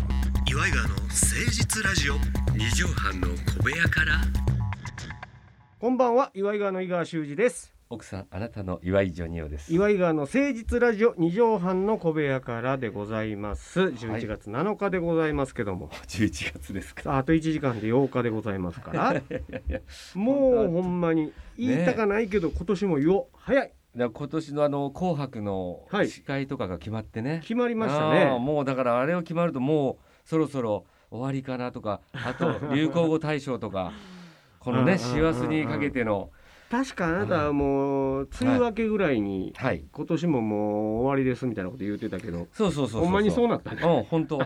イガーの誠実ラジオ二畳半の小部屋からこんばんは岩井川の井川修司です奥さんあなたの岩井ジョニオです岩井川の誠実ラジオ二畳半の小部屋からでございます11月7日でございますけども、 11月ですかさああと1時間で8日でございますから いやいやいやだかもうほんまに言いたかないけど、今年も言おう早いら今年のあの紅白のはい司会とかが決まってね、決まりましたあーねもうだからあれを決まるともうそろそろ終わりかなとかあと流行語大賞とかこのうんねうん師走にかけての確かあなたはもう梅雨明けぐらいにはい今年ももう終わりですみたいなこと言ってたけどそうそうそうそうほんまにそううなったねうん本当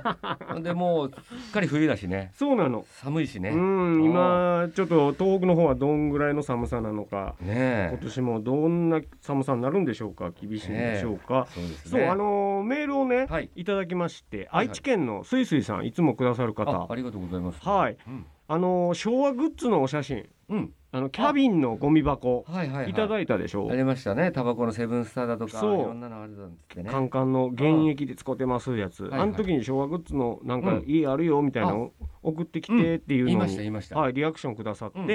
でもうすっかり冬だしねそうなの寒いしうねん今ちょっと東北の方はどんぐらいの寒さなのか今ねえ年もどんな寒さになるんでしょうか厳しいんでしょうか、そうですそうねあのーメールをね、はいい、ただきましてはい愛知県のすいすいさんいつもくださる方ああありがとうございますはいうんのー昭和グッズのお写真うんあのキャビンのゴミ箱はいはいはいいただいたでしょう、ありましたねタバコのセブンスターだとかいそうろんなのあれだんつってねカンカンの現役で使ってますやんつ、はいはいあの時に昭和グッズのなんうかん家あるよみたいなの送ってきてっていう言いのました言に、いました、はい、リアクションくださって、うん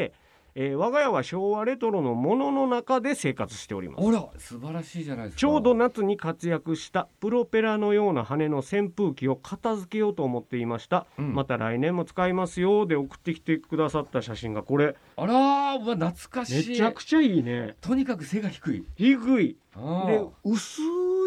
えー我が家は昭和レトロのものの中で生活しておりますほら素晴らしいじゃないですかちょうど夏に活躍したプロペラのような羽の扇風機を片付けようと思っていました、うんまた来年も使いますよで送ってきてくださった写真がこれあらーうわ懐かめしいちゃくちゃいいねとにかく背が低い低いあでー薄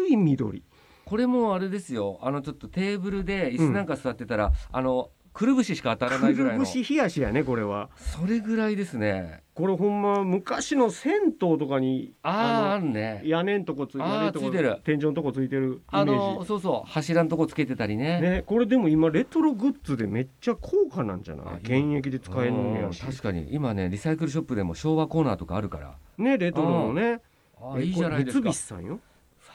い緑これもあれですよあのちょっとテーブルで椅子なんか座ってたら、あのくるぶししか当たらなくいぐらるいのぶそし冷やしやねこれはれぐらいですねこれほんま昔の銭湯とかにあーあのるね屋根んとこつあー屋根んとこついてる天井のとこついてるイメあーのそうそう柱のとこつけてたりねジねこれでも今レトログッズでめっちゃ高価なんじゃなあい現役で使えるのうんやし確かに今ねリサイクルショップでも昭和コーナーとかあるからねレトロのねあーえいいじゃないですこれか三菱さんよ。あ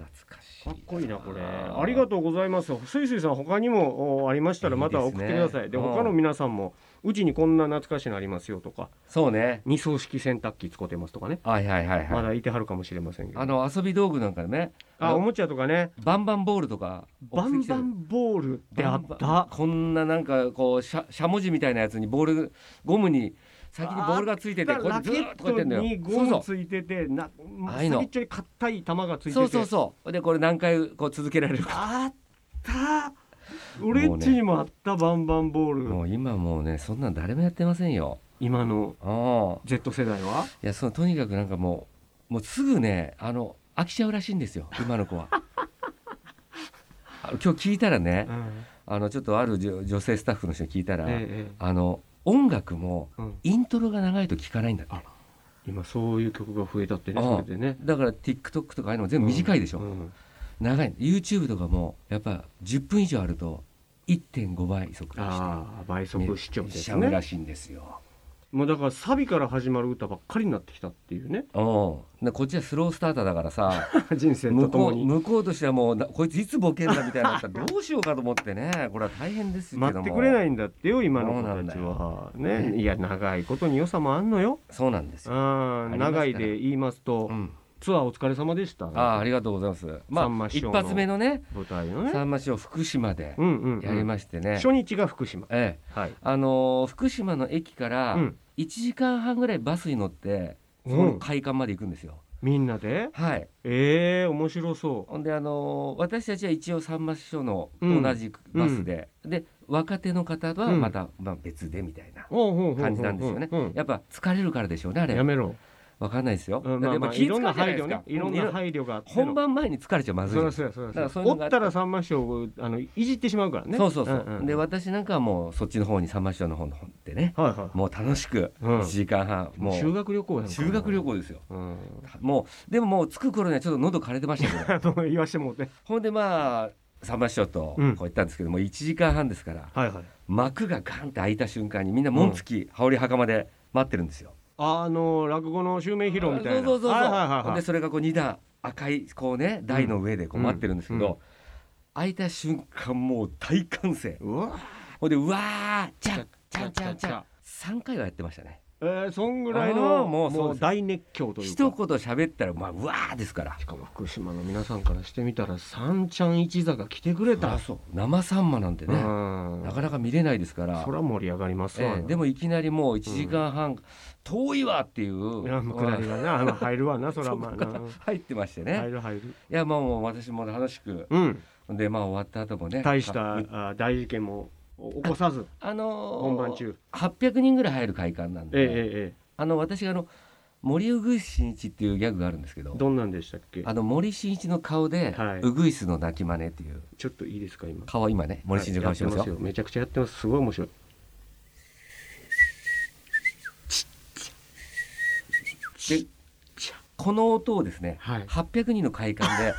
ー懐かしいかっこいいなこれ。ーありがとうございます。すいすいさん他にもおありましたらまた送ってください。いいでですねうん他の皆さんもうちにこんな懐かしいのありますよとかそうね二層式洗濯機使ってますとかね。はいはいはいはい、まだいてはるかもしれませんけど。あの遊び道具なんかねあおもちゃとかね。バンバンボールとかバンバンボールってあった。こんななんかこうしゃしゃもじみたいなやつにボールゴムに先にボールがついててこラれケずーッっとこうやってトんだよにゴそうムそついててなああいうの先っちょに硬い玉がついうてて。そうそうそうでこれ何回こう続けられるかあった。俺んちにもあったバンバンボール。もう今もうねそんなん誰もやってませんよ今のああ Z 世代はいやそのとにかくなんかもうもうすぐねあの飽きちゃうらしいんですよ今の子はあの今日聞いたらねうんあのちょっとある女女性スタッフの人に聞いたら、ええあの音楽もええうんイントロが長いと聞かないんだって今そういう曲が増えたってねうんそれでねだから TikTok とかああいうのも全部短いでしょ、うん長い YouTube とかもやっぱ10分以上あると1.5倍速にしてああ倍速視聴でしちすゃうらねしいんですよもうだからサビから始まる歌ばっかりになってきたっていうねうんでこっちはスロースターターだからさ人生と向とこもうに向こうとしてはもうなこいついつボケんだみたいになったらどうしようかと思ってねこれは大変ですけども待ってくれないいんだってよ今の子そうなんだたちよはねいや長いことに良さもあんのよ そうなんですよ、ああありますから長いで言いますとうん、ツアーお疲れ様でしたああありがとうございますまさんまあ師一匠の発目のね舞台のねさんま師匠福島でうんうんやりうんましてね、初日が福島ええはいあのー福島の駅からうん1時間半ぐらいバスに乗って、うんその会館まで行くんですよ。みんなではい、ええ面白そほんで、あのー私たちは一応さんま師匠の同じくうんバスで、で若手の方はうんまた、まあ、別でみたいなうほうほうほうほう感じなんですよね。うんやっぱ疲れるからでしょうねあやれめろわかんないですよ。うんだまってやっあまあぱ気い遣ろうんじゃなない配です慮ねか。いろんいなろ配慮があっての本番前に疲れちゃまずいそじゃりなゃいそうやそりゃだからそうういうそやのがあおっってたらさんま師匠をあのいじってしまうからねそうそうそう、んんんで私なんかはもうそっちの方にさんま師匠の方の方ってねはいはもう楽しくうん1時間半、いもう修学旅行やんか修学旅行ですよ。うんもうでももう着く頃にはちょっと喉枯れてました けど言わしてもうてほんでまあさんま師匠とこうんう言ったんですけども、1時間半ですからはいはい幕がガンって開いた瞬間にみんな門付き、羽織袴で待ってるんですよ。あの落語の襲名披露みたいなあそうそうそうそう、はいはいはいほんはでいそれがこう2段赤いこうね台の上でこううん待ってるんですけど、うん開いた瞬間もう大歓声うわほんでうわーちゃんちゃんちゃんちちゃゃん3回はやってましたね。えー、そんぐらいのあーもうそうです大熱狂という一か言喋ったらまあうわーですからしかも福島の皆さんからしてみたら三ちゃん一座が来てくれた、あそう生サンマなんてうね、んなかなか見れないですからそら盛り上がりますわ、ええでもいきなりもう1時間半、遠いわっていういやもう下りはなあの入るわ なそらまあそこな入ってましてね、入い、る入るやまあもう私も楽しくうんでまあ終わった後もね大したああ大事件も起こさずあのー本番中800人ぐらい入る会館なんで、えええええあの私があの森うぐいすしんいちっていうギャグがあるんですけえどどんなんでしたっけあの森進一の顔で、はいうぐいすの泣き真似っていうちょっといいですか今顔は今ね森進一の顔してますよ,、はいやってめちゃくちゃやってますすごい面白いでこの音をですね、はい800人の会館で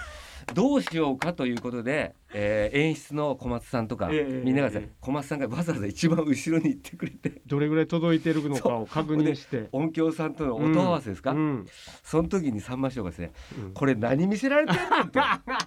どうしようかということで、えー演出の小松さんとか、ええみんながさ、ええ小松さんがわざわざ一番後ろに行ってくれ てどれぐらい届いてるのかを確認して音響さんとの音合わせですか、うんその時にさんま師匠がですねう「んこれ何見せられてんねん」 と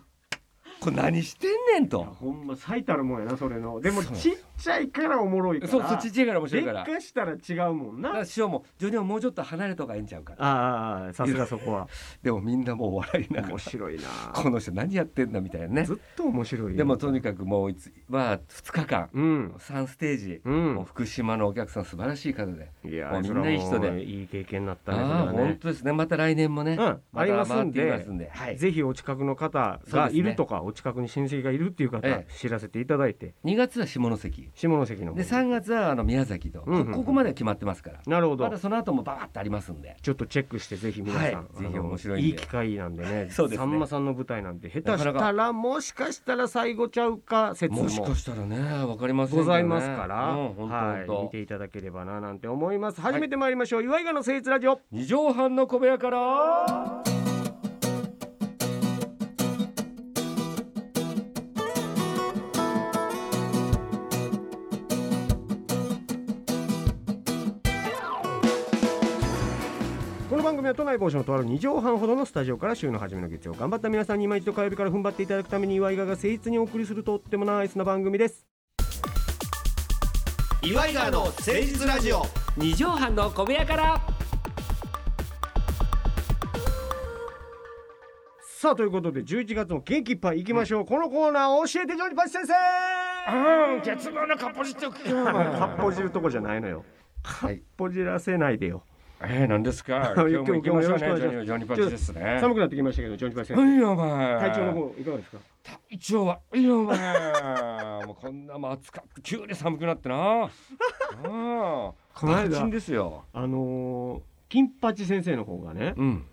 「これ何してんねん」いやと。ほんま最たるもんやなそれのでもそうちっちゃいからおもろいからそうそっちちから面白い劣から。化したら違うもんだかなら師匠も「ジョニオもうちょっと離れとかええんちゃうからああさすがそこはでもみんなもう笑いながら面白いな この人何やってんだみたいなねずっと面白いよでもとにかくもういつは2日間うん3ステージ、うもうん福島のお客さん素晴らしい方で、いやもうみんないい人でそれはもういい経験になったねああそれは本ね当ですねまた来年もね、うんまありたます回んってきまですんで、はい、ぜひお近くの方がいるとか、お近くに親戚がいるっていう方、え知らせていただいて2月は下関下関の方で3月はあの宮崎と、うんうんうんこここまでは決まってますからなるほどまだその後もバーッとありますんでちょっとチェックしてぜひ皆さん、はいあのぜひ面白いんでい機会なんでね そうですねさんまさんの舞台なんて下手したらなかもしかしたら最後ちゃうか説ももしかしたらねわかりませんけごどねざいますから、うん、本当はい、見本当ていただければななんて思います初めて参りましょう、岩井川の誠実ラジオ二畳半の小部屋からこの番組は都内某所のとある2畳半ほどのスタジオから週の初めの月曜頑張った皆さんに今一度火曜日から踏ん張っていただくために岩井川が誠実にお送りするとってもナイスな番組です岩井川の誠実ラジオ二畳半の小部屋からさあということで11月も元気いっぱいいき ましょう、このコーナー教えてジョニパチ先生うん絶望のかっぽじっておくよかっぽじるとこじゃないのよはいかっぽじらせないでよえー、何です か今日今日もも行きましょうねジ今ョニー日もよろしくお願いしますジョニーパッチですね寒くなってきましたけどジョニパチ先生、はいお前体調の方いかがですか体調はいいよお前 もうこんなもう暑かって急に寒くなって なうんこのパ間チンですよあのー、金八先生の方がね、うん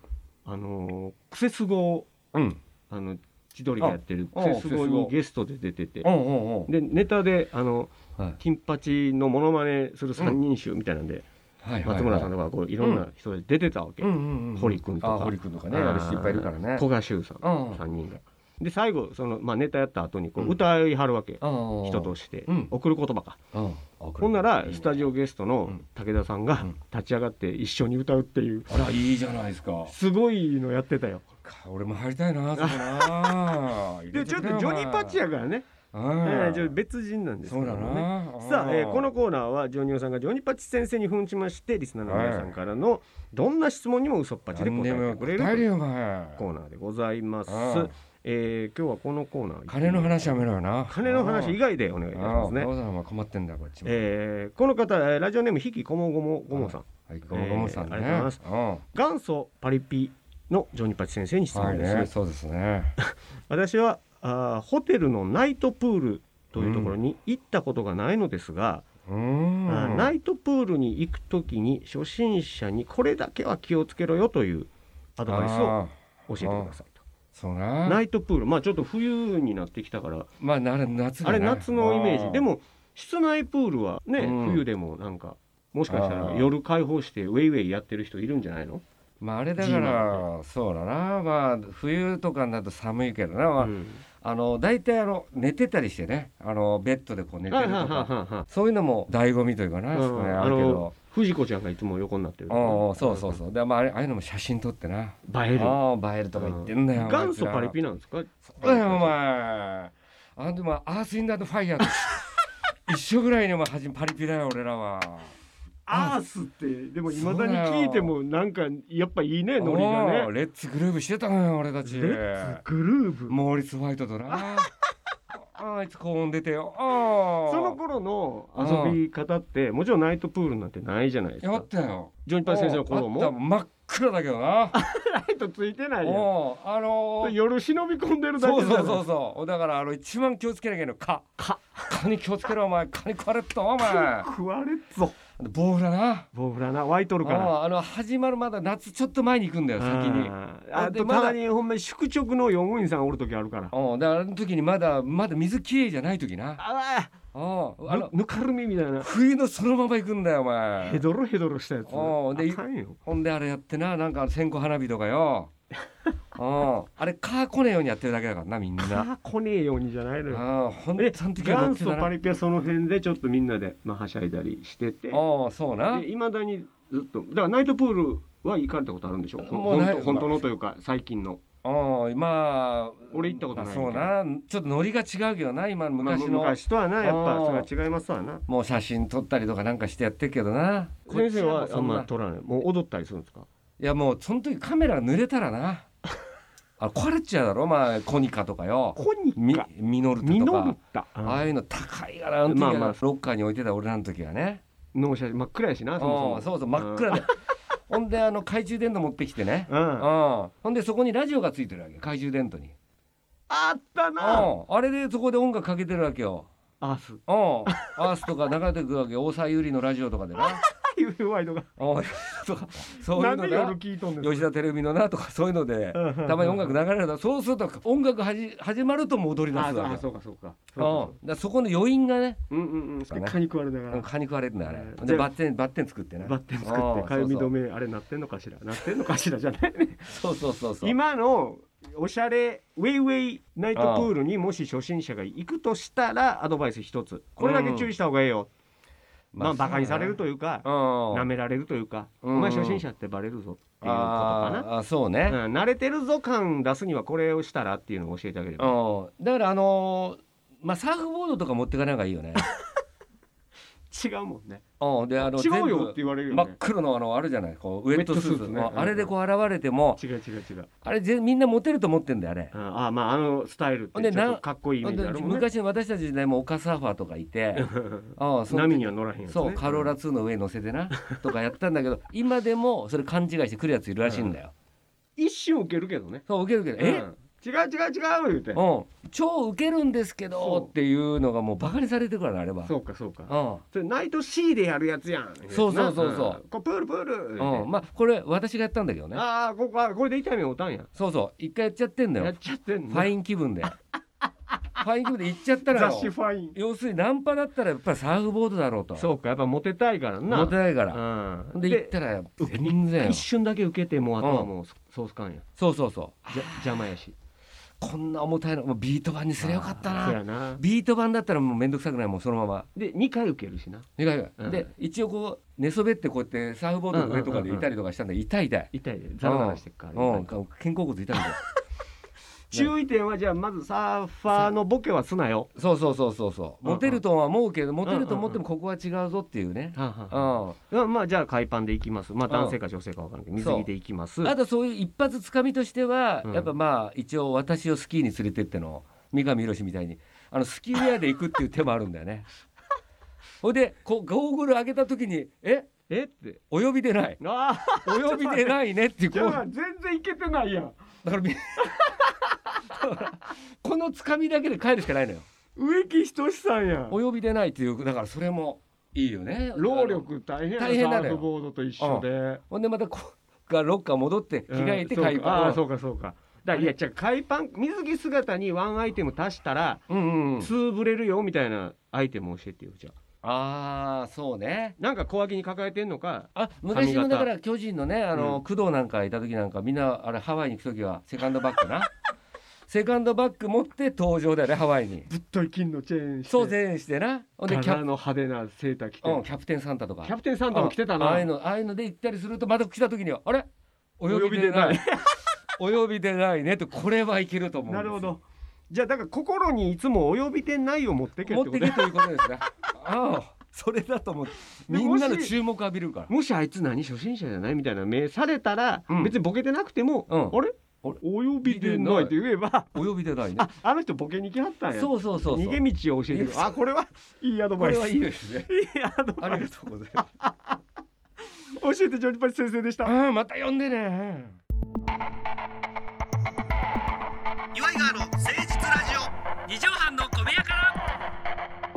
あのー、クセスゴうんあの千鳥がやってるクセスああクセゴスゴにゲストで出てておうおうおうでネタであのはい金八のモノマネする三人集みたいなんで、はいはいはい松村さんとかこういろんな人で出てたわけ、うんうんうん堀君とかあ堀君とかねあーやる人いっぱいいるからね古賀修さんうん3人が。で最後その、まあ、ネタやった後にこううん歌いはるわけ、あ人として、うん送る言葉か、ほほんならスタジオゲストうのん武田さんがうん立ち上がって一緒に歌うっていうあらいいじゃないですかすごいのやってたよか俺も入りたいなそこ なでちょっとジョニー・パッチやからね、えうんーちょっと別人なんですそけうどだねなさあ、えーこの子コーナーはジョニオさんがジョニーパッチ先生に扮しましてリスナーの皆さんからのどんな質問にも嘘っぱちで答えてくれると答えるいうよお前コーナーでございますうん、えー今日はこのコーナー金の話やめろよな金の話以外でお願いいたしますああねどうだろうお前困ってんだこっちも。えーこの方えーラジオネームひきこもごもごもさんはい、ごもさんね。えーありがとうござ元祖パリピのジョニーパッチ先生に質うんはい問です、ね、そうですね。私はあーホテルのナイトプールというところに行ったことがないのですが、うーん。あーナイトプールに行くときに初心者にこれだけは気をつけろよというアドバイスをああ教えてくださいとそうな。ナイトプールまあちょっと冬になってきたからまあ、あれ夏だあねれ夏のイメージで。あも室内プールはね、うん冬でもなんかもしかしたあらー夜開放してウェイウェイやってる人いるんじゃないの、まあ、あれだから、そうだな。まあ、冬とかになると寒いけどな。まあうんあの、大体、あの、寝てたりしてね。あの、ベッドでこう寝てはるいとはいはいか。はいはいそういうのも醍醐味というかな、うんそこにああるのけど。藤子ちゃんがいつも横になってるうんうん、そうそうそう。で、まあ、あれ、ああいうのも写真撮ってな。映えるああ、映えるとか言ってんだよ。元祖パリピなんですかおいお前あんた もアースインダードファイヤーと一緒ぐらいにお前はじめパリピだよ俺らはあアースってでもいまだに聞いてもなんかやっぱいいねノリおがーねレッツグルーブしてたのよ俺たちレッツグルーブモーリス・ホワイトと なああいつ高音出てよああその頃の遊び方ってもちろんナイトプールなんてないじゃないですやっかたよジョニパイ先生の頃あったも真っ暗だけどなライトついてないよおうあのー夜忍び込んでるだそけうじゃそなうそいうそうだからあの一番気をつけなきゃいけないの蚊蚊蚊に気をつけろお前蚊に食われっとお 前食われっぞボールだなボブラな湧いとるからああの始まるまだ夏ちょっと前に行くんだよ先にあーあでとまだたまにほんまに宿直の用務員さんおる時あるからおだからあの時にまだまだ水きれいじゃない時なあおああのぬぬかるみみたいな冬のそのまま行くんだよお前ヘドロヘドロしたやつおうであかんよほんであれやってななんか線香花火とか よおあれ蚊来ねえようにやってるだけだからなみんなあ来ねえようにじゃないのよああ本で当の時は元乗って祖たパなリピはその辺でちょっとみんなでまあはしゃいだりしてておうそうないまだにずっとだからナイトプールは行かれたことあるんでしょほんもうない本当本当のというか最近のおうまあ俺行ったことないけどそうなちょっとノリが違うけどな今の昔の、まあ昔とはなやっあぱーそれは違いますわなもう写真撮ったりとかなんかしてやってるけどなこっ先ち生ははあそんんなま撮らないもう踊ったりするんですかいやもうその時カメラ濡れたら なあ壊れちゃうだろお前コニカとかよコニみカミノルミタとノルかタああいうの高いからあの時まはあまあロッカーに置いてた俺らの時はねの写真真っ暗やしうなんそもそもそうそう真っ暗でほんであの懐中電灯持ってきてねうんうんあほんでそこにラジオがついてるわけ懐中電灯にったうんなあれでそこで音楽かけてるわけよアース うんアースとか流れてくるわけよ大沢優里のラジオとかでなユーワイドがうんとかそういなうんのでな夜聞いとんですか吉田テレビのなとかそういうのでうんうんうんたまに音楽流れるとそうすると音楽はじ始まると戻り出すわあけよあそうかそうかそううかんだからそこの余韻がねそうかうんうんうん蚊に食われながら蚊に食われるんだよあえれーでバッテンバッテン作ってなバッテン作うってんかゆみ止めあれなってんのかしらなってんのかしらじゃないねそうそうそうそうそう今のおしゃれウェイウェイナイトプールにもし初心者が行くとしたらアドバイス一つこれだけ注意した方がいいよ、まあバカにされるというかうんなめられるというか、うんお前初心者ってバレるぞっていうことかな、あーあそうねうん慣れてるぞ感出すにはこれをしたらっていうのを教えてあげれうばんだからあのーまあサーフボードとか持ってかない方がいいよね違うもんねうんであの違うよっ全部て言われるよ真っね黒のあのあるじゃないこうウェットスウェーツットスーツねうんあれでこう現れても違う違う違うあれぜみんな持てると思ってんだよあれうんああまああのスタイルってほんでちなょっとかっこいいイメージあるもんね昔の私たちの時代も岡サーファーとかい てああその波には乗らへんやつねそうカローラ2の上に乗せてなとかやったんだけ ど今でもそれ勘違いしてくるやついるらしいんだよ、一瞬受けるけどねそう受けるけどうん違え、う違う違う言うてうん、超受けるんですけそうどっていうのがもうバカにされてるからなあれはそうかそうかうそれナイト C でやるやつやんそうそうそうそうんこうプールプール、ん、うん、まあこれ私がやったんだけどねああここあこれで痛みおたんやそうそう一回やっちゃってんだやよっちゃってんフのァイン気分でファイン気分で行っちゃったら雑よ誌ファイン要するにナンパだったらやっぱりサーフボードだろうとそうかやっぱモテたいからなモテないかたら、うん、で行っでたら受け全然よ一瞬だけ受けてもうあとはもうソソース感やそうそうそうじゃ邪魔やしこんな重たいのもうビート板にすりゃよかったそなうやなビート板だったらもうめんどくさくないもうそのままで二回受けるしな苦い苦いうんで一応こう寝そべってこうやってサーフボードの上とかでいたりとかしたんで痛い痛い痛いでザラザラしてっから、うん肩甲骨痛いんだよ注意点はじゃあまずサーファーのボケはすなよ、そうそうそうそうそうモテるとは思うけどモテると思ってもここは違うぞっていうねはうんあはああまあまあじゃあ海パンでいきますまあん男性か女性かわからんけど水着でいきますとそういう一発つかみとしてはうんやっぱまあ一応私をスキーに連れてっての三上博史みたいにあのスキーウェアで行くっていう手もあるんだよ ねほいでこうゴーグル上げた時にええってお呼びでないああお呼びでないねっていうこじうゃだあか全然いけてないやんらみ だからこのつかみだけで帰るしかないのよ植木仁さんやんお呼びでないっていうだからそれもいいよね労力大変やな大変なのサよーフボードと一緒でほんでまたこうがロッカー戻って着替えて海ああパーそンうかそうかだからいやじゃあ海パン水着姿にワンアイテム足したらうんうんうんつぶれるよみたいなアイテムを教えてよじゃあああそうねなんか小脇に抱えてんのかあ昔の髪型だから巨人のねあの、うん工藤なんかいた時なんかみんなあれハワイに行く時はセカンドバッグ なセカンドバッグ持って登場だよねハワイにぶっとい金のチェーンしてそう全員してなほんで柄キャの派手なセーター着てうんキャプテンサンタとかキャプテンサンタも着てたあああないうのああいうので行ったりするとまた来た時にはあれおお呼呼びびででなないいお呼びでない ねとこれはいけると思うんでなするよほどじゃあだから心にいつもお呼びでないを持ってけって持こってと けということですねああそれだともうみんなの注目浴びるからもしあいつ何初心者じゃないみたいな目されたら、うん別にボケてなくても、うんあれあれお呼びでないって言えば、お呼びでないねああの人ボケに来はったんやそうそうそうそう逃げ道を教えてくれるあこれはいいアドこバイれスはいいです ねいいアドバイありがとうございますス教えてジョニパチ先生でした ああまた呼んでね岩井川の誠実ラジオ二畳半の小部屋か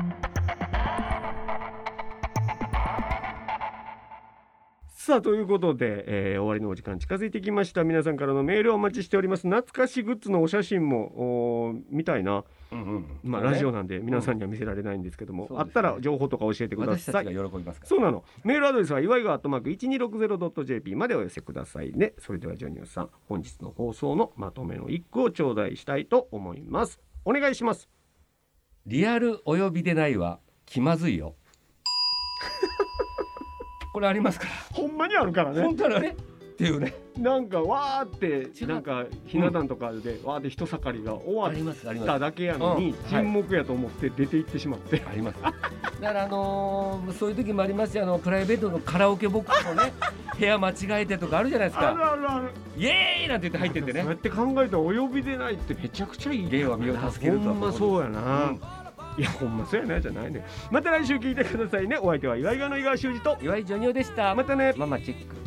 らさあということで、えー終わりのお時間近づいてきました皆さんからのメールをお待ちしております懐かしグッズのお写真もおー見たいなうんうんまあラジオなんで皆さんには見せられないんですけども、そうあですねったら情報とか教えてくだ私たさちいが喜びますからそうなのメールアドレスは祝いがアットマーク 1260.jp までお寄せくださいねそれではジョニオさん本日の放送のまとめの一句を頂戴したいと思いますお願いしますリアルお呼びでないは気まずい よこれありますかほんまにあるからら本当だねっていうねなんかわーって違うなんかひな壇とかでわーって人盛りが終わますありっただけやのうにんはい沈黙やと思って出て行ってしまって、あります。だからあのーそういう時もありますし、あのプライベートのカラオケボックスの ね部屋間違えてとかあるじゃないですあるか。あるあるイエーイなんて言って入ってってそうやね。って考えたらお呼びでないってめちゃくちゃいい芸は身を助けるとほはんまそうやな、いやほんまそうやなじゃないねまた来週聞いてくださいねお相手は岩井川の井川修司と岩井ジョニオでした。またねママチェック。